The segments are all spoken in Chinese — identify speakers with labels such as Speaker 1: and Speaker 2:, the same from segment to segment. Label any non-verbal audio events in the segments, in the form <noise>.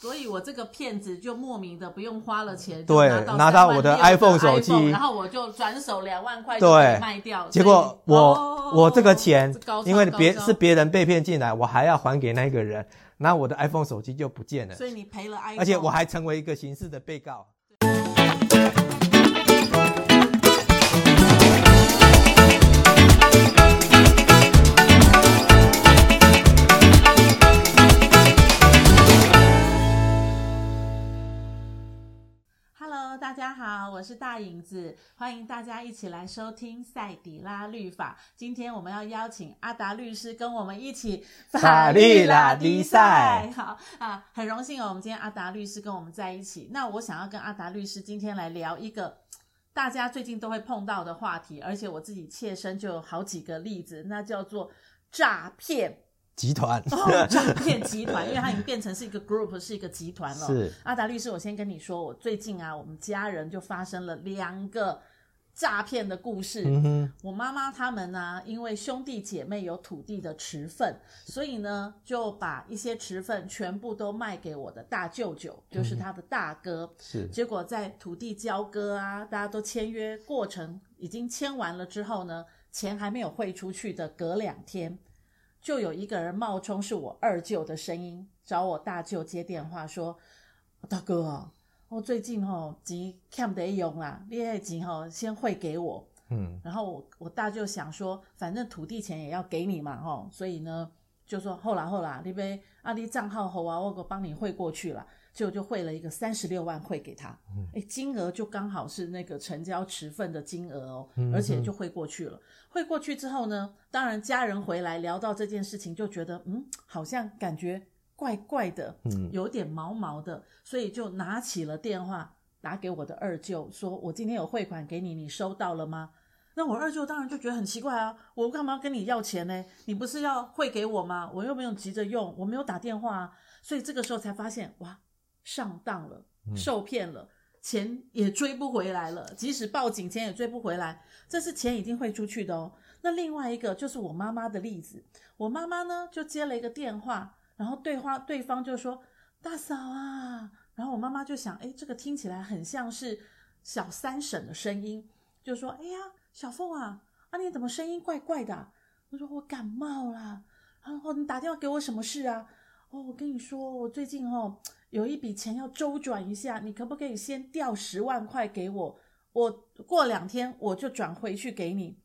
Speaker 1: 所以我这个骗子就莫名的不用花了钱，
Speaker 2: 对
Speaker 1: 就到
Speaker 2: 拿
Speaker 1: 拿
Speaker 2: 到我的 iPhone 手机
Speaker 1: 然后我就转手两万块就
Speaker 2: 对
Speaker 1: 可以卖掉。所
Speaker 2: 结
Speaker 1: 以
Speaker 2: 果我、
Speaker 1: 哦
Speaker 2: 我这个钱，
Speaker 1: 高招
Speaker 2: 因为别
Speaker 1: 高招
Speaker 2: 是别人被骗进来，我还要还给那个人，那我的 iPhone 手机就不见了，
Speaker 1: 所以你赔了 iPhone，
Speaker 2: 而且我还成为一个刑事的被告。
Speaker 1: Hello，大家好，我是大影子，欢迎大家一起来收听《赛底拉律法》。今天我们要邀请阿达律师跟我们一起
Speaker 2: 法律拉力赛。
Speaker 1: 好啊，很荣幸哦，我们今天阿达律师跟我们在一起。那我想要跟阿达律师今天来聊一个。大家最近都会碰到的话题，而且我自己切身就有好几个例子，那叫做诈骗
Speaker 2: 集团、 <laughs>
Speaker 1: 哦，诈骗集团，因为它已经变成是一个 group，是一个集团了。
Speaker 2: 是
Speaker 1: 阿达律师，我先跟你说，我最近啊，我们家人就发生了两个诈骗的故事。
Speaker 2: 嗯哼，
Speaker 1: 我妈妈他们呢、因为兄弟姐妹有土地的持份，所以呢就把一些持份全部都卖给我的大舅舅，就是他的大哥。
Speaker 2: 是
Speaker 1: 结果在土地交割啊，大家都签约过程已经签完了之后呢，钱还没有汇出去的，隔两天就有一个人冒充是我二舅的声音，找我大舅接电话说：“大哥啊，我最近吼、钱欠得用啦，你那钱吼、先汇给我。”
Speaker 2: 嗯
Speaker 1: 然后我我大舅想说，反正土地钱也要给你嘛，吼，所以呢就说后啦后啦，你呗，啊你账号后啊，我给帮你汇过去了，结果就汇了一个三十六万汇给他，哎、金额就刚好是那个成交持份的金额哦，而且就汇过去了。汇过去之后呢，当然家人回来聊到这件事情，就觉得嗯，好像感觉怪怪的，
Speaker 2: 嗯
Speaker 1: 有点毛毛的，所以就拿起了电话打给我的二舅，说我今天有汇款给你，你收到了吗？那我二舅当然就觉得很奇怪啊，我干嘛要跟你要钱呢？你不是要汇给我吗？我又没有急着用，我没有打电话、啊，所以这个时候才发现哇，上当了，受骗了，钱也追不回来了，即使报警钱也追不回来，这是钱已经汇出去的哦。那另外一个就是我妈妈的例子，我妈妈呢就接了一个电话，然后对话对方就说大嫂啊，然后我妈妈就想，哎，这个听起来很像是小三婶的声音，就说，哎呀，小凤啊，啊你怎么声音怪怪的啊、我说我感冒啦，然后你打电话给我什么事啊？哦，我跟你说，我最近哦有一笔钱要周转一下，你可不可以先调十万块给我？我过两天我就转回去给你。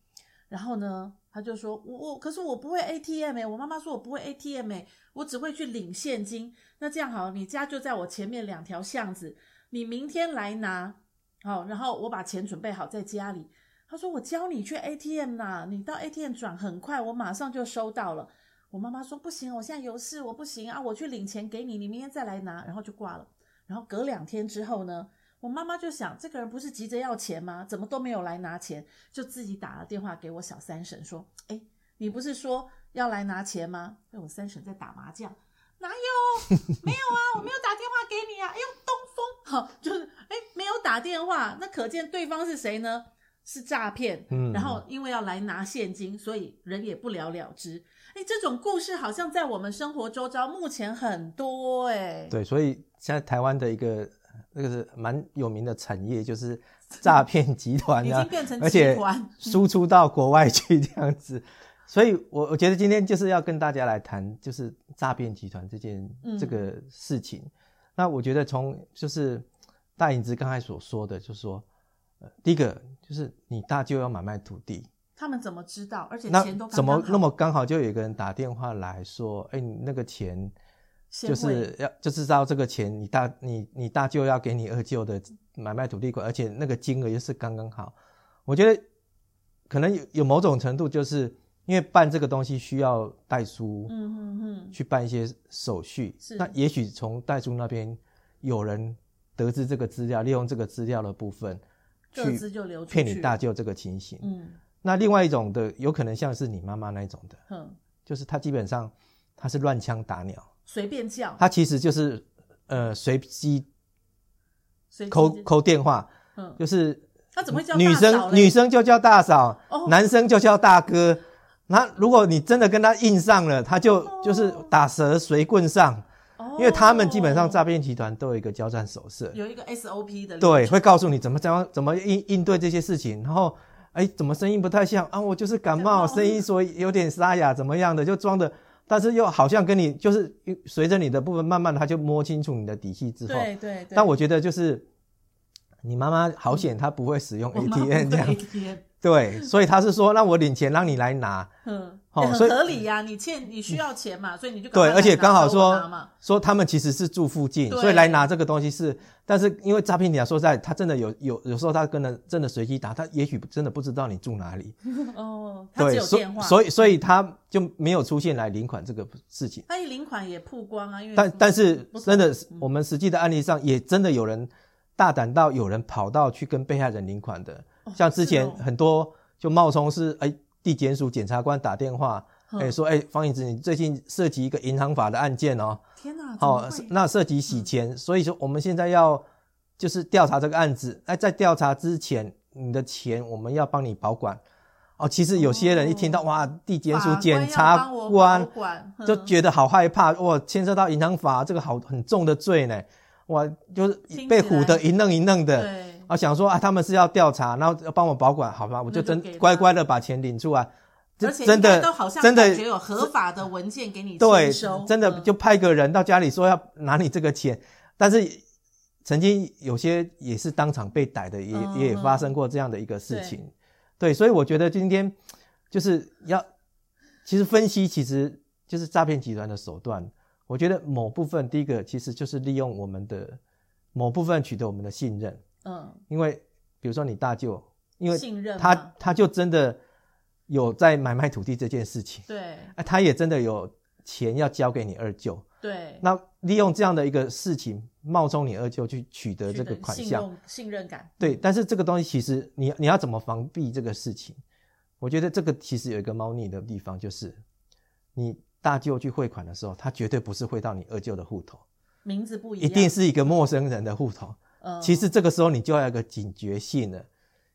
Speaker 1: 然后呢，他就说：“我我可是我不会 ATM 哎、我妈妈说我不会 ATM 哎、我只会去领现金。那这样好，你家就在我前面两条巷子，你明天来拿好，然后我把钱准备好在家里。”他说：“我教你去 ATM 呐、你到 ATM 转很快，我马上就收到了。”我妈妈说：“不行，我现在有事，我不行啊，我去领钱给你，你明天再来拿。”然后就挂了。然后隔两天之后呢，我妈妈就想，这个人不是急着要钱吗？怎么都没有来拿钱，就自己打了电话给我小三婶说：“哎，你不是说要来拿钱吗？”哎，我三婶在打麻将，哪有？没有啊，我没有打电话给你啊。哎呦，东风，好，就是哎没有打电话，那可见对方是谁呢？是诈骗，
Speaker 2: 嗯
Speaker 1: 然后因为要来拿现金，所以人也不了了之。哎，这种故事好像在我们生活周遭目前很多哎、
Speaker 2: 对，所以现在台湾的一个那个是蛮有名的产业，就是诈骗集团
Speaker 1: 已
Speaker 2: 啊
Speaker 1: 经，变成
Speaker 2: 而
Speaker 1: 集
Speaker 2: 且
Speaker 1: 团。
Speaker 2: 输出到国外去这样子。所以我，我觉得今天就是要跟大家来谈，就是诈骗集团这件、
Speaker 1: 嗯
Speaker 2: 这个事情。那我觉得从就是大影子刚才所说的，就是说，呃，第一个就是你大舅要买卖土地，
Speaker 1: 他们怎么知道？而且
Speaker 2: 那
Speaker 1: 钱都刚
Speaker 2: 怎么
Speaker 1: 刚好
Speaker 2: 那么刚好就有一个人打电话来说，哎，你那个钱
Speaker 1: 先
Speaker 2: 就
Speaker 1: 会
Speaker 2: 是要就知道这个钱你大你你大舅要给你二舅的买卖土地款，而且那个金额又是刚刚好。我觉得可能有有某种程度，就是因为办这个东西需要代书
Speaker 1: 嗯嗯嗯，
Speaker 2: 去办一些手续，
Speaker 1: 是
Speaker 2: 那也许从代书那边有人得知这个资料，利用这个资料的部分
Speaker 1: 各
Speaker 2: 去
Speaker 1: 自就流出去
Speaker 2: 骗你大，舅这个情形。
Speaker 1: 嗯
Speaker 2: 那另外一种的，有可能像是你妈妈那一种的，
Speaker 1: 哼，
Speaker 2: 就是他基本上他是乱枪打鸟，
Speaker 1: 随便叫，
Speaker 2: 他其实就是呃随机
Speaker 1: 随
Speaker 2: 扣
Speaker 1: 机
Speaker 2: 扣电话，
Speaker 1: 嗯，
Speaker 2: 就是
Speaker 1: 他怎么会叫
Speaker 2: 女
Speaker 1: 大嫂
Speaker 2: 生
Speaker 1: 嘞
Speaker 2: 女生就叫大嫂，
Speaker 1: 哦
Speaker 2: 男生就叫大哥。那如果你真的跟他硬上了，他就
Speaker 1: 哦
Speaker 2: 就是打蛇随棍上，因为他们基本上诈骗集团都有一个交战手册，
Speaker 1: 有一个 SOP 的流程，
Speaker 2: 对，会告诉你怎么怎样怎么应应对这些事情，然后哎，怎么声音不太像啊？我就是感
Speaker 1: 感
Speaker 2: 冒，
Speaker 1: 冒
Speaker 2: 声音所以有点沙哑，怎么样的就装的，但是又好像跟你就是随着你的部分，慢慢他就摸清楚你的底细之后，
Speaker 1: 对对对。
Speaker 2: 但我觉得就是你妈妈好险，她不会使用
Speaker 1: 我妈
Speaker 2: ATM 这样，
Speaker 1: ATM，
Speaker 2: 对，所以她是说，那我领钱让你来拿，
Speaker 1: 嗯，
Speaker 2: 哦
Speaker 1: 也很
Speaker 2: 所以
Speaker 1: 合理呀、你欠你需要钱嘛，所以你就赶快
Speaker 2: 对，而且
Speaker 1: 来拿
Speaker 2: 刚好
Speaker 1: 找我
Speaker 2: 说
Speaker 1: 拿嘛， <laughs>
Speaker 2: 说他们其实是住附近，
Speaker 1: 对
Speaker 2: 所以来拿这个东西是，但是因为诈骗讲说实在，他真的有有有时候他跟人真的随机打，他也许真的不知道你住哪里，
Speaker 1: 哦，他只
Speaker 2: 对，
Speaker 1: 有
Speaker 2: 所
Speaker 1: 电话，
Speaker 2: 所以所以他就没有出现来领款这个事情。
Speaker 1: 他一领款也曝光啊，因为
Speaker 2: 但但是
Speaker 1: 不嗯
Speaker 2: 真的，我们实际的案例上也真的有人大胆到有人跑到去跟被害人领款的，像之前
Speaker 1: 是哦
Speaker 2: 很多就冒充是哎地检署检察官打电话，哎
Speaker 1: 嗯
Speaker 2: 说哎方颖子你最近涉及一个银行法的案件哦，
Speaker 1: 天哪，啊怎么
Speaker 2: 哦
Speaker 1: 会嗯
Speaker 2: 那涉及洗钱，所以说我们现在要就是调查这个案子，哎在调查之前你的钱我们要帮你保管。哦，其实有些人一听到、
Speaker 1: 哦
Speaker 2: 哇，地检署
Speaker 1: 法官
Speaker 2: 检
Speaker 1: 要
Speaker 2: 察
Speaker 1: 帮我
Speaker 2: 官
Speaker 1: 保管
Speaker 2: 就
Speaker 1: 嗯
Speaker 2: 觉得好害怕，哇，牵涉到银行法这个好很重的罪呢，哇，就是
Speaker 1: 听起来
Speaker 2: 被唬得一愣一愣的，
Speaker 1: 对，
Speaker 2: 啊，想说啊，他们是要调查，然后要帮我保管，好吧，我就真
Speaker 1: 那就给他
Speaker 2: 乖乖的把钱领出来，这
Speaker 1: 而且
Speaker 2: 真
Speaker 1: 应该
Speaker 2: 的
Speaker 1: 都好像
Speaker 2: 真的
Speaker 1: 感觉有合法的文件给你
Speaker 2: 对
Speaker 1: 签收，，
Speaker 2: 真的
Speaker 1: 嗯
Speaker 2: 就派个人到家里说要拿你这个钱，但是曾经有些也是当场被逮的，也
Speaker 1: 嗯
Speaker 2: 也
Speaker 1: 嗯
Speaker 2: 发生过这样的一个事情。对，所以我觉得今天就是要，其实分析其实就是诈骗集团的手段。我觉得某部分第一个其实就是利用我们的某部分取得我们的信任，
Speaker 1: 嗯，
Speaker 2: 因为比如说你大舅，因为
Speaker 1: 信任
Speaker 2: 他
Speaker 1: 嘛
Speaker 2: 他就真的有在买卖土地这件事情。
Speaker 1: 对
Speaker 2: 啊，他也真的有钱要交给你二舅，
Speaker 1: 对，
Speaker 2: 那利用这样的一个事情冒充你二舅去取得
Speaker 1: 取
Speaker 2: 这
Speaker 1: 得
Speaker 2: 个款
Speaker 1: 信
Speaker 2: 项，
Speaker 1: 用信任感，
Speaker 2: 对。但是这个东西其实你你要怎么防避这个事情？我觉得这个其实有一个猫腻的地方，就是你大舅去汇款的时候，他绝对不是汇到你二舅的户头，
Speaker 1: 名字不一
Speaker 2: 一
Speaker 1: 样，
Speaker 2: 定是一个陌生人的户头。
Speaker 1: 嗯
Speaker 2: 其实这个时候你就要有一个警觉性了。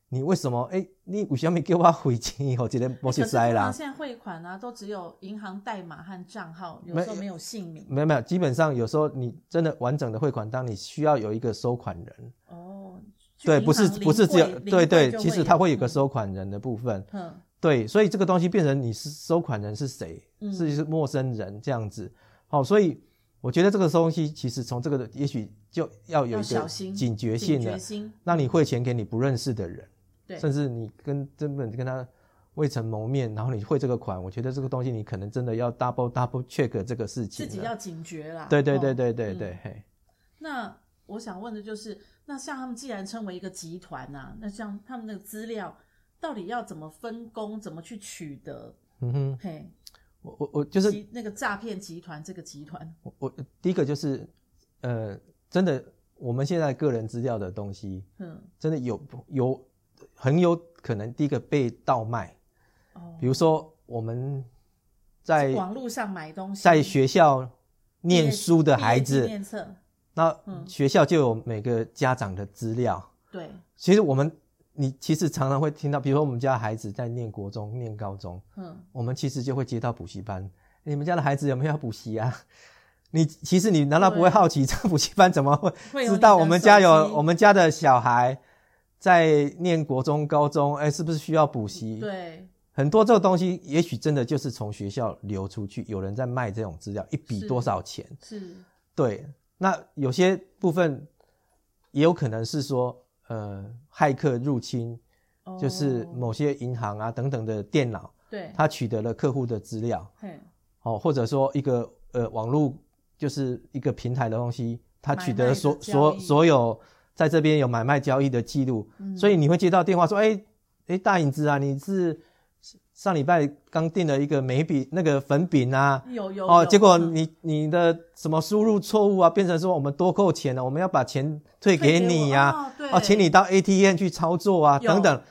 Speaker 2: 你为什么？哎、你为什么给我汇钱以后，这个
Speaker 1: 可
Speaker 2: 没
Speaker 1: 是
Speaker 2: 识塞
Speaker 1: 通
Speaker 2: 啦
Speaker 1: 常？现在汇款啊，都只有银行代码和账号，有
Speaker 2: 没
Speaker 1: 时候没有姓名
Speaker 2: 没有没有，基本上有时候你真的完整的汇款单，你需要有一个收款人，
Speaker 1: 哦。去
Speaker 2: 对，
Speaker 1: 银
Speaker 2: 不是
Speaker 1: 行
Speaker 2: 不是
Speaker 1: 领
Speaker 2: 只有
Speaker 1: 汇
Speaker 2: 对
Speaker 1: 领
Speaker 2: 对，
Speaker 1: 就
Speaker 2: 其实它会有
Speaker 1: 嗯
Speaker 2: 个收款人的部分，
Speaker 1: 嗯
Speaker 2: 对，所以这个东西变成你是收款人是谁，
Speaker 1: 嗯
Speaker 2: 是是陌生人这样子，好、所以我觉得这个东西其实从这个的也许就要有
Speaker 1: 要
Speaker 2: 一
Speaker 1: 小
Speaker 2: 个
Speaker 1: 心
Speaker 2: 警觉
Speaker 1: 警
Speaker 2: 性
Speaker 1: 觉
Speaker 2: 的，
Speaker 1: 心，
Speaker 2: 让你汇钱给你不认识的人，
Speaker 1: 对
Speaker 2: 甚至你跟根本跟他未曾谋面，然后你汇这个款，我觉得这个东西你可能真的要 double double check 这个事情
Speaker 1: 自
Speaker 2: 了，
Speaker 1: 己要警觉啦。
Speaker 2: 对对对
Speaker 1: 哦
Speaker 2: 对对
Speaker 1: 嗯
Speaker 2: 对，嘿，
Speaker 1: 那我想问的就是，那像他们既然称为一个集团呐、那像他们的资料到底要怎么分工，怎么去取得？
Speaker 2: 嗯哼，
Speaker 1: 嘿，
Speaker 2: 我我我就是
Speaker 1: 集那个诈骗集团这个集团，
Speaker 2: 我我第一个就是，呃，真的我们现在个人资料的东西，
Speaker 1: 嗯，
Speaker 2: 真的有有很有可能第一个被盗卖，
Speaker 1: 哦，
Speaker 2: 比如说我们在
Speaker 1: 网络上买东西，
Speaker 2: 在学校
Speaker 1: 毕业
Speaker 2: 念书的孩
Speaker 1: 毕业纪
Speaker 2: 子，
Speaker 1: 念册，
Speaker 2: 那
Speaker 1: 嗯
Speaker 2: 学校就有每个家长的资料，
Speaker 1: 对，
Speaker 2: 其实我们。你其实常常会听到，比如说我们家孩子在念国中、念高中，
Speaker 1: 嗯，
Speaker 2: 我们其实就会接到补习班。你们家的孩子有没有要补习啊？ <laughs> 你其实你难道不
Speaker 1: 对
Speaker 2: 会好奇这补习班怎么
Speaker 1: 会
Speaker 2: 会
Speaker 1: 有
Speaker 2: 知道
Speaker 1: 你的
Speaker 2: 我们家
Speaker 1: 手
Speaker 2: 有
Speaker 1: 机
Speaker 2: 我们家的小孩在念国中、高中？哎，是不是需要补习？
Speaker 1: 对，
Speaker 2: 很多这个东西，也许真的就是从学校流出去，有人在卖这种资料，一笔
Speaker 1: 是
Speaker 2: 多少钱？
Speaker 1: 是，
Speaker 2: 对，那有些部分也有可能是说，呃，骇客入侵，
Speaker 1: 哦
Speaker 2: 就是某些银行啊等等的电脑，
Speaker 1: 对，
Speaker 2: 它取得了客户的资料。
Speaker 1: 嘿，
Speaker 2: 哦，或者说一个呃网络就是一个平台的东西，它取
Speaker 1: 买卖
Speaker 2: 得了
Speaker 1: 的
Speaker 2: 所
Speaker 1: 交
Speaker 2: 所
Speaker 1: 易
Speaker 2: 所有在这边有买卖交易的记录，
Speaker 1: 嗯
Speaker 2: 所以你会接到电话说，哎、哎、大影子啊，你是上礼拜刚订了一个眉笔那个粉饼啊。
Speaker 1: 有有
Speaker 2: 哦，
Speaker 1: 有
Speaker 2: 结果
Speaker 1: 嗯
Speaker 2: 你你的什么输入错误啊，变成说我们多扣钱了，我们要把钱退
Speaker 1: 退
Speaker 2: 给
Speaker 1: 给
Speaker 2: 你
Speaker 1: 我
Speaker 2: 呀、
Speaker 1: 哦对
Speaker 2: 哦，请你到 ATM 去操作啊，
Speaker 1: 有
Speaker 2: 等等。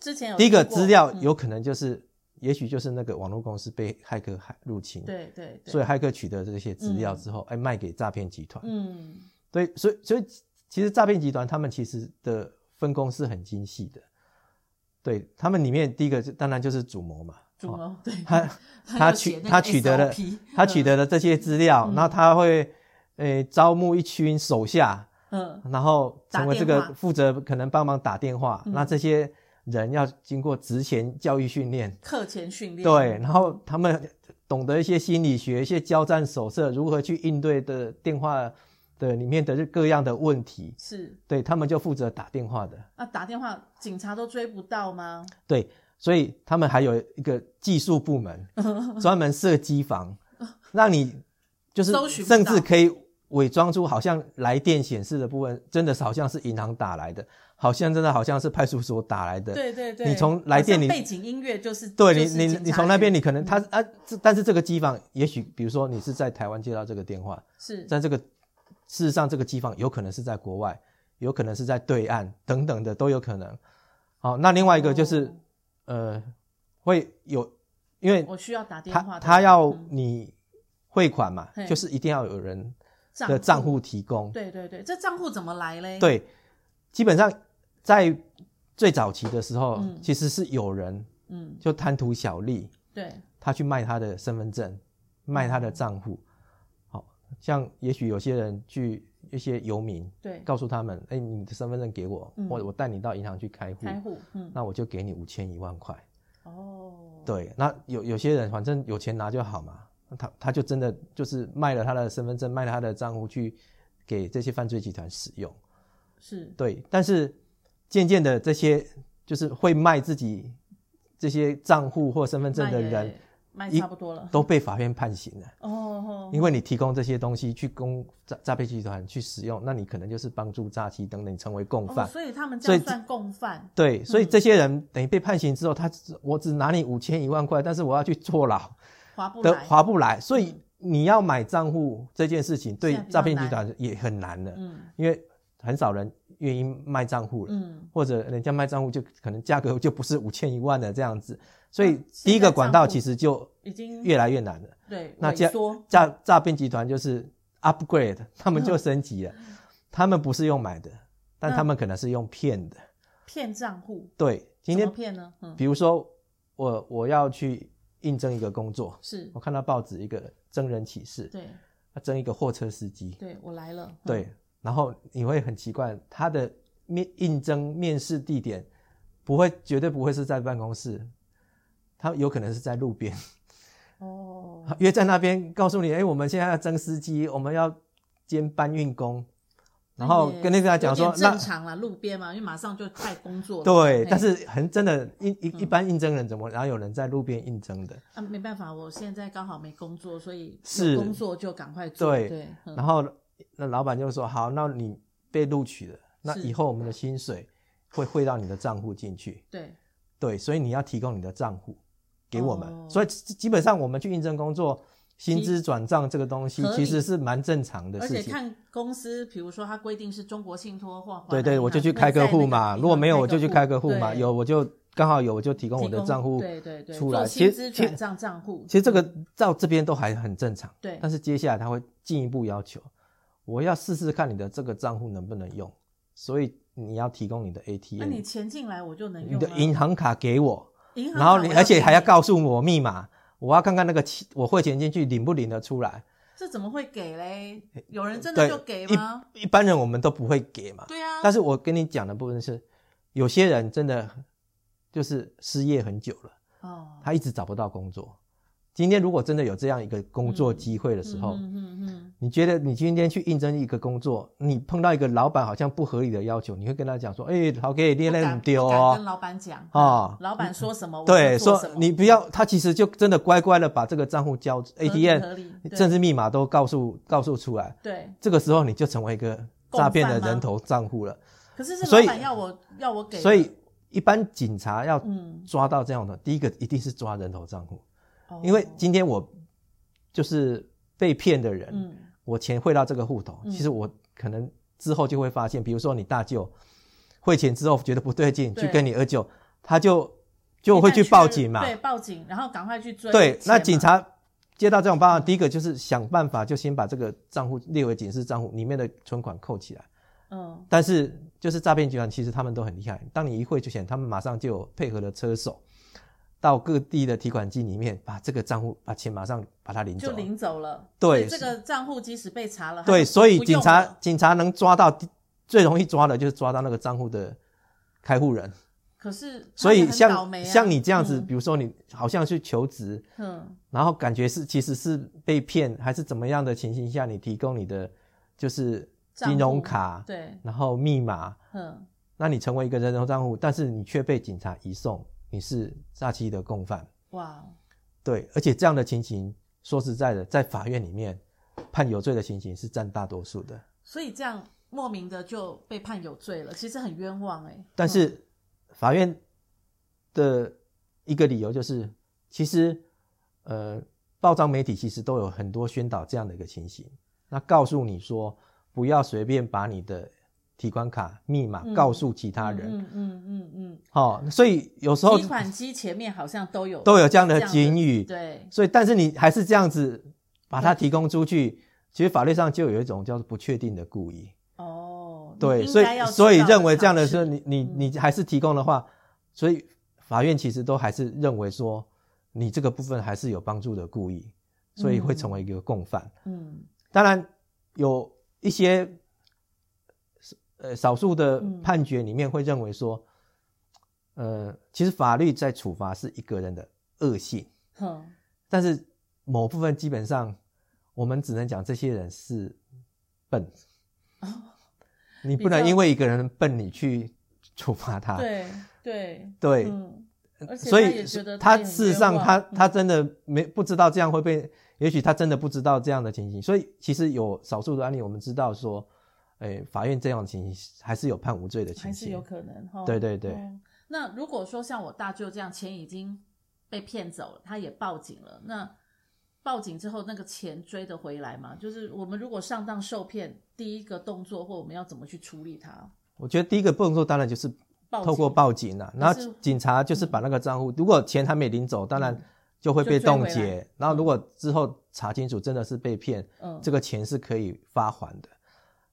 Speaker 1: 之前有
Speaker 2: 第一个
Speaker 1: 听过
Speaker 2: 资料
Speaker 1: 嗯
Speaker 2: 有可能就是，也许就是那个网络公司被骇客害入侵，
Speaker 1: 对对对，
Speaker 2: 所以
Speaker 1: 以
Speaker 2: 骇客取得这些资料之后，哎、卖给诈骗集团。
Speaker 1: 嗯，
Speaker 2: 对，所以所以其实诈骗集团他们其实的分工是很精细的。对他们里面第一个就当然就是主谋嘛，
Speaker 1: 主
Speaker 2: 哦
Speaker 1: 谋对， <laughs>
Speaker 2: 他
Speaker 1: 要
Speaker 2: 他
Speaker 1: 写
Speaker 2: 取
Speaker 1: 那个
Speaker 2: 他取得了
Speaker 1: SOP 嗯
Speaker 2: 他取得了这些资料，那、他会诶招募一群手下，
Speaker 1: 嗯，
Speaker 2: 然后成为这
Speaker 1: 打
Speaker 2: 个
Speaker 1: 电话
Speaker 2: 负责可能帮忙打电话，
Speaker 1: 嗯
Speaker 2: 那这些人要经过职前教育训练，
Speaker 1: 课前训练，
Speaker 2: 对，，然后他们懂得一些心理学、一些交战手册，如何去应对的电话的里面的各样的问题，
Speaker 1: 是
Speaker 2: 对他们就负责打电话的，
Speaker 1: 那打电话警察都追不到吗？
Speaker 2: 对，所以他们还有一个技术
Speaker 1: <laughs>
Speaker 2: 部门，专门设机房，让你就是
Speaker 1: 搜寻不
Speaker 2: 甚至
Speaker 1: 到
Speaker 2: 可以伪装出好像来电显示的部分，真的是好像是银行打来的，好像真的好像是派出所打来的，
Speaker 1: 对对对，
Speaker 2: 你从来电
Speaker 1: 好像
Speaker 2: 里
Speaker 1: 背景音乐就是
Speaker 2: 对
Speaker 1: 就是
Speaker 2: 你，你
Speaker 1: 警
Speaker 2: 你
Speaker 1: 察
Speaker 2: 从那边，
Speaker 1: 局
Speaker 2: 你可能他啊，这但是这个机房，也许比如说你是在台湾接到这个电话，
Speaker 1: 是
Speaker 2: 在这个事实上，这个机房有可能是在国外，有可能是在对岸等等的都有可能。好，那另外一个就是、
Speaker 1: 哦
Speaker 2: 呃，会有，因为
Speaker 1: 我需要打电
Speaker 2: 他
Speaker 1: 话的，
Speaker 2: 他要
Speaker 1: 嗯
Speaker 2: 你汇款嘛，
Speaker 1: 嘿
Speaker 2: 就是一定要有人的账，户提供。
Speaker 1: 对对对，这账户怎么来嘞？，
Speaker 2: 对，基本上在最早期的时候，
Speaker 1: 嗯
Speaker 2: 其实是有人
Speaker 1: 嗯，
Speaker 2: 就贪图小利，
Speaker 1: 对，
Speaker 2: 他去卖他的身份证，卖他
Speaker 1: 哦
Speaker 2: 的账户。好像也许有些人去一些游民，
Speaker 1: 对，
Speaker 2: 告诉他们，哎、你的身份证给我，
Speaker 1: 嗯
Speaker 2: 或者我带你到银行去开户，
Speaker 1: 开户，嗯，
Speaker 2: 那我就给你五千一万块。
Speaker 1: 哦，
Speaker 2: 对，那有有些人反正有钱拿就好嘛，那他他就真的就是卖了他的身份证，卖了他的账户去给这些犯罪集团使用。
Speaker 1: 是
Speaker 2: 对，但是渐渐的这些就是会卖自己这些账户或身份证的人
Speaker 1: 卖
Speaker 2: 一
Speaker 1: 差不多了，
Speaker 2: 都被法院判刑了。
Speaker 1: 哦哦，
Speaker 2: 因为你提供这些东西去供诈诈骗集团去使用，那你可能就是帮助诈欺等等，你成为共犯
Speaker 1: 哦，。所以他们这
Speaker 2: 所以
Speaker 1: 样算共犯，
Speaker 2: 对，
Speaker 1: 嗯
Speaker 2: 所以这些人等于被判刑之后，他只我只拿你五千一万块，但是我要去坐牢
Speaker 1: 划不
Speaker 2: 的
Speaker 1: 来，啊
Speaker 2: 划不来，所以你要买账户这件事情对
Speaker 1: 现在比较
Speaker 2: 诈骗集团也很难了，
Speaker 1: 嗯
Speaker 2: 因为很少人愿意卖账户了，
Speaker 1: 嗯，
Speaker 2: 或者人家卖账户就可能价格就不是五千一万的这样子，所以
Speaker 1: 嗯
Speaker 2: 第一
Speaker 1: 现在
Speaker 2: 个
Speaker 1: 账
Speaker 2: 管道
Speaker 1: 户嗯
Speaker 2: 其实就
Speaker 1: 已经
Speaker 2: 越来越难了。
Speaker 1: 对
Speaker 2: 那这
Speaker 1: 萎
Speaker 2: 样
Speaker 1: 缩，
Speaker 2: 诈诈骗集团就是 upgrade，他们
Speaker 1: 嗯
Speaker 2: 就升级了，他们不是用买的，但
Speaker 1: 那
Speaker 2: 他们可能是用骗的。
Speaker 1: 骗账户，
Speaker 2: 对，今
Speaker 1: 怎
Speaker 2: 天
Speaker 1: 么骗呢？嗯，
Speaker 2: 比如说我我要去应征一个工作，
Speaker 1: 是
Speaker 2: 我看到报纸一个征人启事，
Speaker 1: 对
Speaker 2: 他征一个货车司机，
Speaker 1: 对，我来了，嗯，
Speaker 2: 对，然后你会很奇怪，他的面应征面试地点不会绝对不会是在办公室，他有可能是在路边。 <laughs>
Speaker 1: 哦，
Speaker 2: 约在那边告诉你，哎、我们现在要征司机，我们要兼搬运工，然后跟那个他讲
Speaker 1: 有
Speaker 2: 说，
Speaker 1: 点
Speaker 2: 那
Speaker 1: 正常啦，路边嘛，因为马上就派工作了，
Speaker 2: 对
Speaker 1: 嘿，
Speaker 2: 但是很真的，一
Speaker 1: 嗯
Speaker 2: 一一般应征人怎么哪有人在路边应征的？
Speaker 1: 啊，没办法，我现在刚好没工作，所以有
Speaker 2: 是
Speaker 1: 工作就赶快做，
Speaker 2: 对
Speaker 1: 对，嗯
Speaker 2: 然后那老板就说，好，那你被录取了，那
Speaker 1: 是
Speaker 2: 以后我们的薪水会汇到你的账户进去，
Speaker 1: 对，
Speaker 2: 对，所以你要提供你的账户给我们，
Speaker 1: 哦
Speaker 2: 所以基基本上我们去应征工作。薪资转账这个东西
Speaker 1: 合理
Speaker 2: 其实是蛮正常的
Speaker 1: 而
Speaker 2: 事情，
Speaker 1: 且看公司，比如说它规定是中国信托或华南
Speaker 2: 对
Speaker 1: 银
Speaker 2: 对，
Speaker 1: 行
Speaker 2: 我就去开
Speaker 1: 会在那
Speaker 2: 个户嘛，
Speaker 1: 地
Speaker 2: 如果
Speaker 1: 方
Speaker 2: 没有我就去开个户嘛，
Speaker 1: 对
Speaker 2: 有我就刚好有我就提供
Speaker 1: 提
Speaker 2: 我的
Speaker 1: 供
Speaker 2: 账户。
Speaker 1: 对对对，
Speaker 2: 出
Speaker 1: 做
Speaker 2: 来其
Speaker 1: 薪
Speaker 2: 实
Speaker 1: 资
Speaker 2: 其实
Speaker 1: 转账账户嗯
Speaker 2: 其，实这个到这边都还很正常，
Speaker 1: 对
Speaker 2: 但是接下来他会进一步要求，我要试试看你的这个账户能不能用，所以你要提供你的
Speaker 1: 那
Speaker 2: ATM，
Speaker 1: 你钱进来我就能
Speaker 2: 你
Speaker 1: 用
Speaker 2: 的
Speaker 1: 啊
Speaker 2: 银行卡给我，
Speaker 1: 银行
Speaker 2: 然后
Speaker 1: 卡
Speaker 2: 你
Speaker 1: 我
Speaker 2: 而且还
Speaker 1: 给
Speaker 2: 要
Speaker 1: 你，
Speaker 2: 告诉我密码，我要看看那个钱我汇钱进去领不领得出来。
Speaker 1: 这怎么会给嘞？有人真的
Speaker 2: 呃对
Speaker 1: 就给吗？
Speaker 2: 一般人我们都不会给嘛，
Speaker 1: 对啊，
Speaker 2: 但是我跟你讲的部分是，有些人真的就是失业很久了。
Speaker 1: 哦，
Speaker 2: 他一直找不到工作。今天如果真的有这样一个工作机会的时候，
Speaker 1: 嗯嗯嗯，
Speaker 2: 你觉得你今天去应征一个工作，你碰到一个老板好像不合理的要求，你会跟他讲说：“哎、老给你
Speaker 1: 不
Speaker 2: 那
Speaker 1: 敢
Speaker 2: 很丢
Speaker 1: 不敢跟
Speaker 2: 哦。
Speaker 1: 老板讲啊
Speaker 2: 哦
Speaker 1: 老板说什么”我
Speaker 2: 对，
Speaker 1: 就做
Speaker 2: 说
Speaker 1: 什么，
Speaker 2: 你不要，他其实就真的乖乖的把这个账户交
Speaker 1: 合理合
Speaker 2: ATM，
Speaker 1: 理
Speaker 2: 甚
Speaker 1: 嗯对
Speaker 2: 至密码都告诉告诉出来。
Speaker 1: 对，
Speaker 2: 这个时候你就成为一个诈骗的人头账户了。
Speaker 1: 可是是
Speaker 2: 所
Speaker 1: 老
Speaker 2: 以
Speaker 1: 板要我要我给的，
Speaker 2: 所以一般警察要
Speaker 1: 嗯，
Speaker 2: 抓到这样的，第一个一定是抓人头账户，
Speaker 1: 哦
Speaker 2: 因为今天我就是被骗的人，
Speaker 1: 嗯
Speaker 2: 我钱汇到这个户头，
Speaker 1: 嗯
Speaker 2: 其实我可能之后就会发现，比如说你大舅汇钱之后觉得不对劲，
Speaker 1: 对
Speaker 2: 去跟你二舅，他就就会去
Speaker 1: 一旦确
Speaker 2: 报警嘛。
Speaker 1: 对，报警，然后赶快去追
Speaker 2: 对
Speaker 1: 钱
Speaker 2: 那
Speaker 1: 嘛
Speaker 2: 警察接到这种报案，第一个就是想办法就先把这个账户列为警示账户，里面的存款扣起来。
Speaker 1: 嗯
Speaker 2: 但是就是诈骗集团，其实他们都很厉害，当你一汇出钱，他们马上就有配合的车手。到各地的提款机里面，把这个账户把钱马上把它领走
Speaker 1: 就。领走了。
Speaker 2: 对
Speaker 1: 所以这个账户即使被查 <laughs> 了，
Speaker 2: 对，
Speaker 1: 他
Speaker 2: 所以
Speaker 1: 不用
Speaker 2: 警察
Speaker 1: 了
Speaker 2: 警察能抓到最容易抓的就是抓到那个账户的开户人。
Speaker 1: 可是他
Speaker 2: 所
Speaker 1: 也
Speaker 2: 以
Speaker 1: 啊很倒
Speaker 2: 像
Speaker 1: 霉啊
Speaker 2: 像你这样子，比如说你好像去求职，
Speaker 1: 嗯，
Speaker 2: 然后感觉是其实是被骗还是怎么样的情形下，你提供你的就是金
Speaker 1: 账
Speaker 2: 融
Speaker 1: 户
Speaker 2: 卡，
Speaker 1: 对，
Speaker 2: 然后密码，
Speaker 1: 嗯，
Speaker 2: 那你成为一个人头账户，但是你却被警察移送，你是诈欺的共犯。
Speaker 1: 哇，哦
Speaker 2: 对，而且这样的情形，说实在的，在法院里面判有罪的情形是占大多数的。
Speaker 1: 所以这样莫名的就被判有罪了，其实很冤枉哎、
Speaker 2: 但是法院的一个理由就是，其实呃，报章媒体其实都有很多宣导这样的一个情形，那告诉你说不要随便把你的提款卡密码
Speaker 1: 嗯
Speaker 2: 告诉其他
Speaker 1: 嗯
Speaker 2: 人，
Speaker 1: 嗯嗯嗯嗯
Speaker 2: 哦，所以有时候
Speaker 1: 嗯，提款机前面好像都有
Speaker 2: 都有这样的警语，
Speaker 1: 对，
Speaker 2: 所以但是你还是这样子把它提供出去，其实法律上就有一种叫做不确定的故意。
Speaker 1: 哦，你
Speaker 2: 对，
Speaker 1: 应
Speaker 2: 所以
Speaker 1: 该要知
Speaker 2: 所以
Speaker 1: 道
Speaker 2: 认为这样
Speaker 1: 尝
Speaker 2: 的
Speaker 1: 试
Speaker 2: 时候，你
Speaker 1: 嗯
Speaker 2: 你你还是提供的话，所以法院其实都还是认为说你这个部分还是有帮助的故意，所以会成为一个共犯。
Speaker 1: 嗯
Speaker 2: 当然有一些呃少数的
Speaker 1: 嗯
Speaker 2: 判决里面会认为说，呃，其实法律在处罚是一个人的恶性，
Speaker 1: 哼，
Speaker 2: 但是某部分基本上我们只能讲这些人是笨。你
Speaker 1: 哦
Speaker 2: 不
Speaker 1: 比
Speaker 2: 能
Speaker 1: 较
Speaker 2: 因为一个人笨，你去处罚他。
Speaker 1: 对对
Speaker 2: 对
Speaker 1: 嗯，而且
Speaker 2: 所
Speaker 1: 他也
Speaker 2: 以
Speaker 1: 觉得
Speaker 2: 他
Speaker 1: 也很
Speaker 2: 事实
Speaker 1: 冤
Speaker 2: 上
Speaker 1: 枉
Speaker 2: 他他真的没不知道这样会被，也许他真的不知道这样的情形。所以其实有少数的案例，我们知道说，哎，法院这样的情形还是有判无罪的情
Speaker 1: 嗯还是有
Speaker 2: 形。
Speaker 1: 可能哈。
Speaker 2: 对对对
Speaker 1: 哦那如果说像我大舅这样，钱已经被骗走了，他也报警了，那报警之后那个钱追得回来吗？就是我们如果上当受骗，第一个动作或我们要怎么去处理它？
Speaker 2: 我觉得第一个动作当然就是
Speaker 1: 报警
Speaker 2: 透过报警啊，然
Speaker 1: 可是嗯
Speaker 2: 后警察就是把那个账户，如果钱还没领走，当然就会被
Speaker 1: 就追
Speaker 2: 冻
Speaker 1: 回
Speaker 2: 结。然后如果之后查清楚真的是被骗，
Speaker 1: 嗯，
Speaker 2: 这个钱是可以发还的。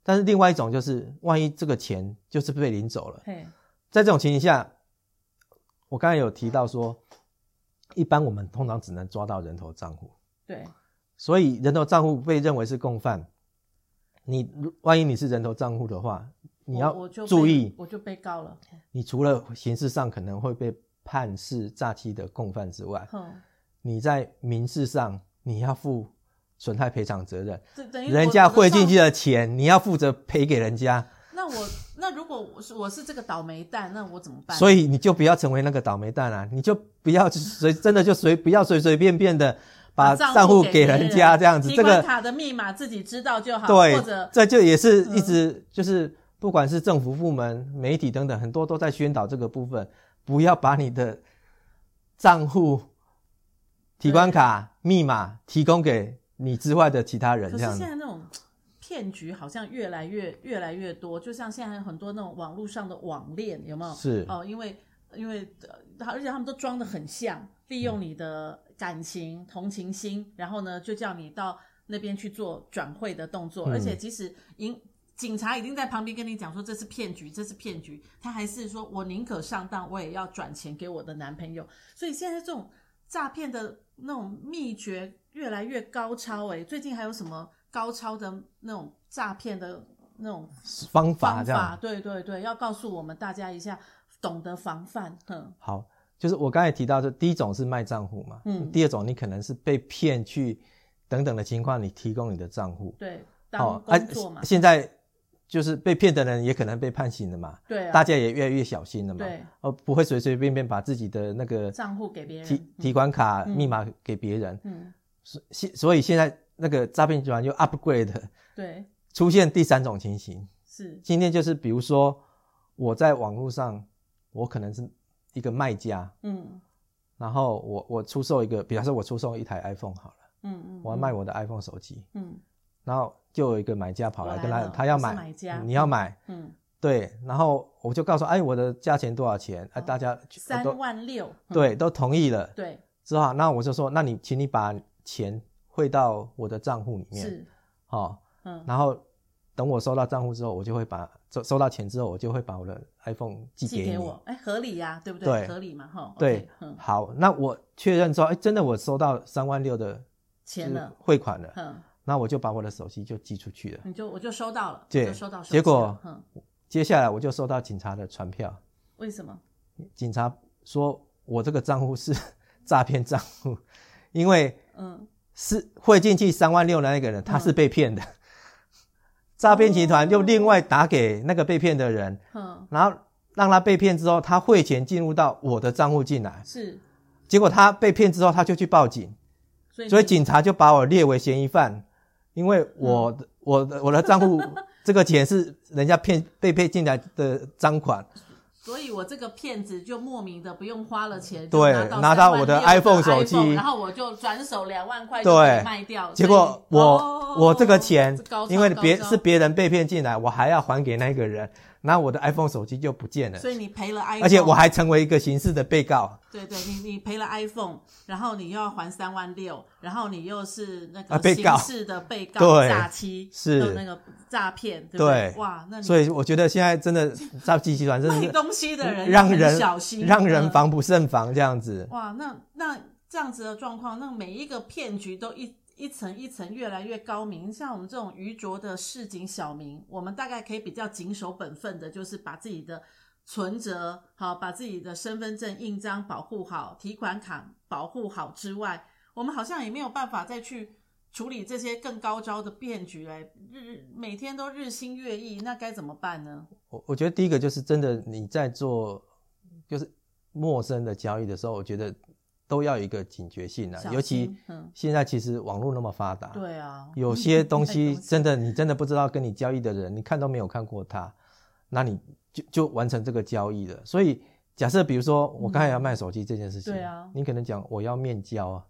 Speaker 2: 但是另外一种就是，万一这个钱就是被领走了，
Speaker 1: 嘿，
Speaker 2: 在这种情形下，我刚才有提到说，一般我们通常只能抓到人头账户，
Speaker 1: 对，
Speaker 2: 所以人头账户被认为是共犯。你如万一你是人头账户的话，你
Speaker 1: 我
Speaker 2: 要
Speaker 1: 我就被
Speaker 2: 注意，
Speaker 1: 我就被告了。
Speaker 2: 你除了刑事上可能会被判是诈欺的共犯之外，
Speaker 1: 哼，
Speaker 2: 你在民事上你要负损害赔偿责任。
Speaker 1: 这等于
Speaker 2: 人
Speaker 1: 我
Speaker 2: 家
Speaker 1: 我的
Speaker 2: 汇进
Speaker 1: 账
Speaker 2: 去的钱，你要负责赔给人家，
Speaker 1: 那我那如果我是我是这个倒霉蛋，那我怎么办？
Speaker 2: 所以你就不要成为那个倒霉蛋啊！你就不要就随真的就随不要随随便便的把账户给人家这样子，
Speaker 1: 提
Speaker 2: 这
Speaker 1: 款
Speaker 2: 个
Speaker 1: 卡的密码自己知道就好，或
Speaker 2: 对
Speaker 1: 者，嗯
Speaker 2: 这就也是一直就是不管是政府部门、媒体等等，很多都在宣导这个部分，不要把你的账户、提款卡密码提供给你之外的其他人
Speaker 1: 可是
Speaker 2: 这样
Speaker 1: 现
Speaker 2: 子。
Speaker 1: 在那种骗局好像越来越越来越多，就像现在很多那种网络上的网恋，有没有？
Speaker 2: 是
Speaker 1: 哦，因为因为呃他而且他们都装的很像，利
Speaker 2: 嗯
Speaker 1: 用你的感情、同情心，然后呢就叫你到那边去做转会的动作，
Speaker 2: 嗯
Speaker 1: 而且即使警警察已经在旁边跟你讲说这是骗局，这是骗局，他还是说我宁可上当，我也要转钱给我的男朋友。所以现在这种诈骗的那种秘诀越来越高超、欸，最近还有什么高超的那种诈骗的那种
Speaker 2: 方法
Speaker 1: 方
Speaker 2: 这样
Speaker 1: 法？对对对，要告诉我们大家一下，懂得防范。哼，
Speaker 2: 好，就是我刚才提到，就第一种是卖账户嘛，
Speaker 1: 嗯
Speaker 2: 第二种你可能是被骗去等等的情况，你提供你的账户，
Speaker 1: 对，
Speaker 2: 好哎啊
Speaker 1: 当工作嘛，
Speaker 2: 现在就是被骗的人也可能被判刑了嘛，
Speaker 1: 对
Speaker 2: 大
Speaker 1: 啊，
Speaker 2: 家也越来越小心了嘛，
Speaker 1: 对，
Speaker 2: 哦，不会随随便便把自己的那个
Speaker 1: 账户给别
Speaker 2: 提
Speaker 1: 人，
Speaker 2: 提款卡
Speaker 1: 嗯
Speaker 2: 密码给别人，
Speaker 1: 嗯，
Speaker 2: 所现所以现在那个诈骗集团又 upgrade
Speaker 1: 对，
Speaker 2: 出现第三种情形，
Speaker 1: 是，
Speaker 2: 今天就是比如说我在网络上，我可能是一个卖家，
Speaker 1: 嗯
Speaker 2: 然后我我出售一个，比方说我出售一台 iPhone 好了，
Speaker 1: 嗯嗯，
Speaker 2: 我要卖我的 iPhone 手机，
Speaker 1: 嗯
Speaker 2: 然后就有一个买家跑来
Speaker 1: 我来
Speaker 2: 跟他，
Speaker 1: 了
Speaker 2: 他要
Speaker 1: 哦我是
Speaker 2: 买，
Speaker 1: 买家
Speaker 2: 你要买，
Speaker 1: 嗯，
Speaker 2: 对，然后我就告诉他，哎，我的价钱多少钱？哎、大家
Speaker 1: 哦三
Speaker 2: 都
Speaker 1: 万六，嗯
Speaker 2: 对都同意了，
Speaker 1: 对，
Speaker 2: 之后那我就说，那你请你把钱汇到我的账户里面，
Speaker 1: 是，
Speaker 2: 好、哦，
Speaker 1: 嗯
Speaker 2: 然后等我收到账户之后，我就会把收收到钱之后，我就会把我的 iPhone 寄
Speaker 1: 寄
Speaker 2: 给
Speaker 1: 给
Speaker 2: 你。
Speaker 1: 我，哎，合理呀、对不对？
Speaker 2: 对
Speaker 1: 合理嘛，哈。
Speaker 2: 对
Speaker 1: OK，嗯，
Speaker 2: 好，那我确认之后，哎，真的我收到三万六的
Speaker 1: 钱
Speaker 2: 就是
Speaker 1: 了，
Speaker 2: 汇款了，
Speaker 1: 嗯，
Speaker 2: 那我就把我的手机就寄出去了。
Speaker 1: 你就我就收到了，
Speaker 2: 对
Speaker 1: 我就收到手机了。
Speaker 2: 结果
Speaker 1: 嗯，
Speaker 2: 接下来我就收到警察的传票，
Speaker 1: 为什么？
Speaker 2: 警察说我这个账户是诈骗账户，因为
Speaker 1: 嗯，
Speaker 2: 是汇进去三万六的那个人他是被骗的，诈骗集
Speaker 1: 哦
Speaker 2: 团就另外打给那个被骗的人，
Speaker 1: 嗯，
Speaker 2: 然后让他被骗之后，他汇钱进入到我的账户进来，
Speaker 1: 是，
Speaker 2: 结果他被骗之后他就去报警，
Speaker 1: 所以
Speaker 2: 所以
Speaker 1: 你
Speaker 2: 警察就把我列为嫌疑犯，因为我
Speaker 1: 嗯
Speaker 2: 的、我的我的
Speaker 1: <laughs>
Speaker 2: 账户这个钱是人家骗被骗进来的赃款，
Speaker 1: 所以我这个骗子就莫名的不用花了钱，
Speaker 2: 对
Speaker 1: 就
Speaker 2: 拿
Speaker 1: 到
Speaker 2: 到
Speaker 1: 36,000
Speaker 2: 我
Speaker 1: 的
Speaker 2: 的 iPhone 手机
Speaker 1: 然后我就转手两万块就可以
Speaker 2: 对
Speaker 1: 卖掉。所
Speaker 2: 结
Speaker 1: 以
Speaker 2: 果我、
Speaker 1: 哦
Speaker 2: 我这个钱
Speaker 1: 高，超
Speaker 2: 因为别
Speaker 1: 高超
Speaker 2: 是别人被骗进来，我还要还给那个人，那我的 iPhone 手机就不见了，
Speaker 1: 所以你赔了 iPhone，
Speaker 2: 而且我还成为一个刑事的被告
Speaker 1: 对对，你你赔了 iPhone，然后你又要还三万六，然后你又是那个
Speaker 2: 啊被告
Speaker 1: 刑事的被告
Speaker 2: 对
Speaker 1: 诈欺，
Speaker 2: 是
Speaker 1: 有那个诈骗，对不对？
Speaker 2: 对
Speaker 1: 哇，那你
Speaker 2: 所以我觉得现在真的诈欺集团真的
Speaker 1: 卖
Speaker 2: 是
Speaker 1: 东西的人
Speaker 2: 让
Speaker 1: 要很
Speaker 2: 人
Speaker 1: 小心，
Speaker 2: 让人
Speaker 1: 嗯
Speaker 2: 防不胜防这样子。
Speaker 1: 哇，那那这样子的状况，那每一个骗局都一一层一层越来越高明。像我们这种愚拙的市井小民，我们大概可以比较谨守本分的，就是把自己的存折好，把自己的身份证印章保护好，提款卡保护好之外，我们好像也没有办法再去。处理这些更高招的骗局、哎，日每天都日新月异，那该怎么办呢？
Speaker 2: 我我觉得第一个就是真的你在做就是陌生的交易的时候，我觉得都要有一个警觉性啊
Speaker 1: 小，
Speaker 2: 尤其
Speaker 1: 心嗯，
Speaker 2: 现在其实网络那么发达，
Speaker 1: 对啊，
Speaker 2: 有些东
Speaker 1: <laughs> 卖
Speaker 2: 西
Speaker 1: 东西
Speaker 2: 真的你真的不知道跟你交易的人，你看都没有看过他，那你就就完成这个交易了。所以假设比如说我刚才要卖手机这件事情，
Speaker 1: 嗯对啊
Speaker 2: 你可能讲我要面交啊，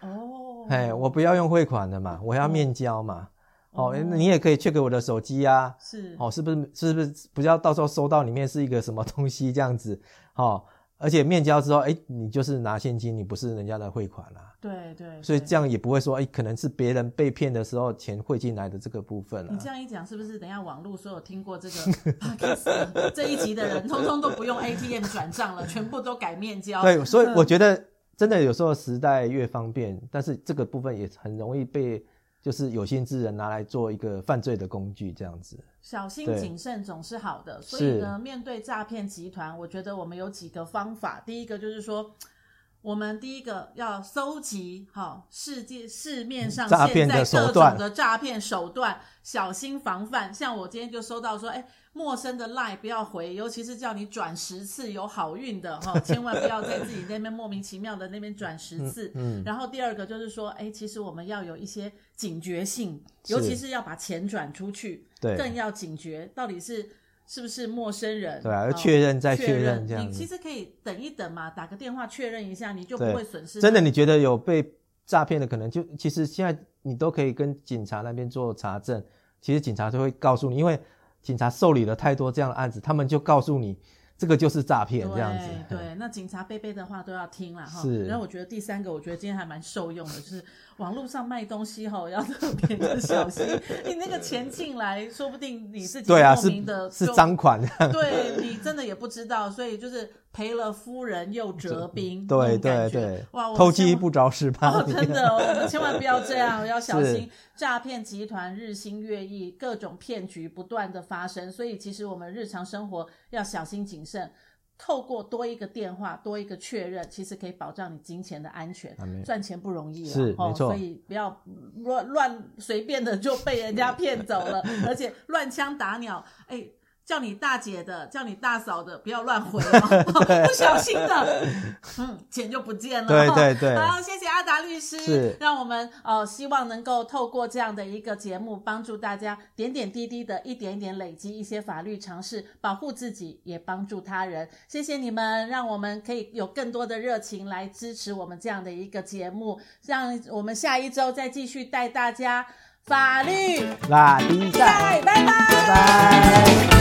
Speaker 1: 哦，
Speaker 2: 哎，我不要用汇款的嘛，我要面交嘛。哦，你也可以 check 我的手机啊，
Speaker 1: 是
Speaker 2: 哦，是不是是不是不要到时候收到里面是一个什么东西这样子哦？而且面交之后，哎，你就是拿现金，你不是人家的汇款啦、啊
Speaker 1: 对对，
Speaker 2: 所以
Speaker 1: 对
Speaker 2: 这样也不会说，哎，可能是别人被骗的时候钱汇进来的这个部分
Speaker 1: 你
Speaker 2: 啊
Speaker 1: 这。样一讲，是不是等一下网络所有听过这个 podcast 的 <laughs> 这一集的人，通通都不用 ATM 转账了，全部都改面交？
Speaker 2: 对，所以我觉得真的有时候时代越方便，但是这个部分也很容易被就是有心之人拿来做一个犯罪的工具这样子。
Speaker 1: 小心
Speaker 2: 对
Speaker 1: 谨慎总是好的。所以
Speaker 2: 是
Speaker 1: 呢，面对诈骗集团，我觉得我们有几个方法。第一个就是说，我们第一个要搜集哈、世界市面上
Speaker 2: 诈
Speaker 1: 现
Speaker 2: 骗
Speaker 1: 在
Speaker 2: 的
Speaker 1: 各
Speaker 2: 手
Speaker 1: 种
Speaker 2: 段
Speaker 1: 的诈骗手段，小心防范。像我今天就收到说，哎，陌生的 line 不要回，尤其是叫你转十次有好运的
Speaker 2: <laughs>
Speaker 1: 哈、千万不要在自己那边莫名其妙的那边转十次。
Speaker 2: 嗯，
Speaker 1: 然后第二个就是说，哎，其实我们要有一些警觉性，尤其是要把钱转出去，更
Speaker 2: 对，
Speaker 1: 要警觉，到底是是不是陌生人？
Speaker 2: 对啊，
Speaker 1: 哦
Speaker 2: 要确认再
Speaker 1: 确
Speaker 2: 确认这样
Speaker 1: 你
Speaker 2: 子
Speaker 1: 其。实可以等一等嘛，打个电话确认一下，你就不
Speaker 2: 对
Speaker 1: 会损失。
Speaker 2: 真的，你觉得有被诈骗的可能就，其实现在你都可以跟警察那边做查证，其实警察都会告诉你，因为警察受理了太多这样的案子，他们就告诉你这个就是诈骗这样子。
Speaker 1: 对，对，那警察贝贝的话都要听啦哈。
Speaker 2: 是
Speaker 1: 然后我觉得第三个，我觉得今天还蛮受用的，就是网络上卖东西哈，要特别
Speaker 2: <laughs>
Speaker 1: 的小心。你那个钱进来，说不定你自己
Speaker 2: <laughs> 对啊，
Speaker 1: 莫名的
Speaker 2: 是是
Speaker 1: 就
Speaker 2: 赃款这样。
Speaker 1: 对你真的也不知道，所以就是赔了夫人又折兵，
Speaker 2: 对
Speaker 1: 那
Speaker 2: 对
Speaker 1: 种感觉
Speaker 2: 对
Speaker 1: 哇，我，们
Speaker 2: <laughs> 偷鸡
Speaker 1: 千万
Speaker 2: 不着蚀把
Speaker 1: 哦，
Speaker 2: 米。
Speaker 1: <laughs> 真的哦，我们千万不要这
Speaker 2: <laughs>
Speaker 1: 样，要小
Speaker 2: 是
Speaker 1: 心诈骗集团日新月异，各种骗局不断的发生，所以其实我们日常生活要小心谨慎。透过多一个电话，多一个确认，其实可以保障你金钱的安全。
Speaker 2: 啊没有
Speaker 1: 赚钱不容易啊，
Speaker 2: 是
Speaker 1: 哦
Speaker 2: 没错
Speaker 1: 所以不要乱乱随便的就被人
Speaker 2: <laughs>
Speaker 1: 家骗走了，而且乱枪打鸟，哎。叫你大姐的，叫你大嫂的，不要乱回
Speaker 2: <laughs>
Speaker 1: 哦，不小心的，嗯，钱就不见了。
Speaker 2: 对
Speaker 1: 哦
Speaker 2: 对对
Speaker 1: 好，谢谢阿达律师，
Speaker 2: 是
Speaker 1: 让我们呃希望能够透过这样的一个节目，帮助大家点点滴滴的一点一点累积一些法律常识，保护自己也帮助他人。谢谢你们，让我们可以有更多的热情来支持我们这样的一个节目，让我们下一周再继续带大家法律
Speaker 2: 拉低赛，
Speaker 1: 赛，拜拜
Speaker 2: 拜拜。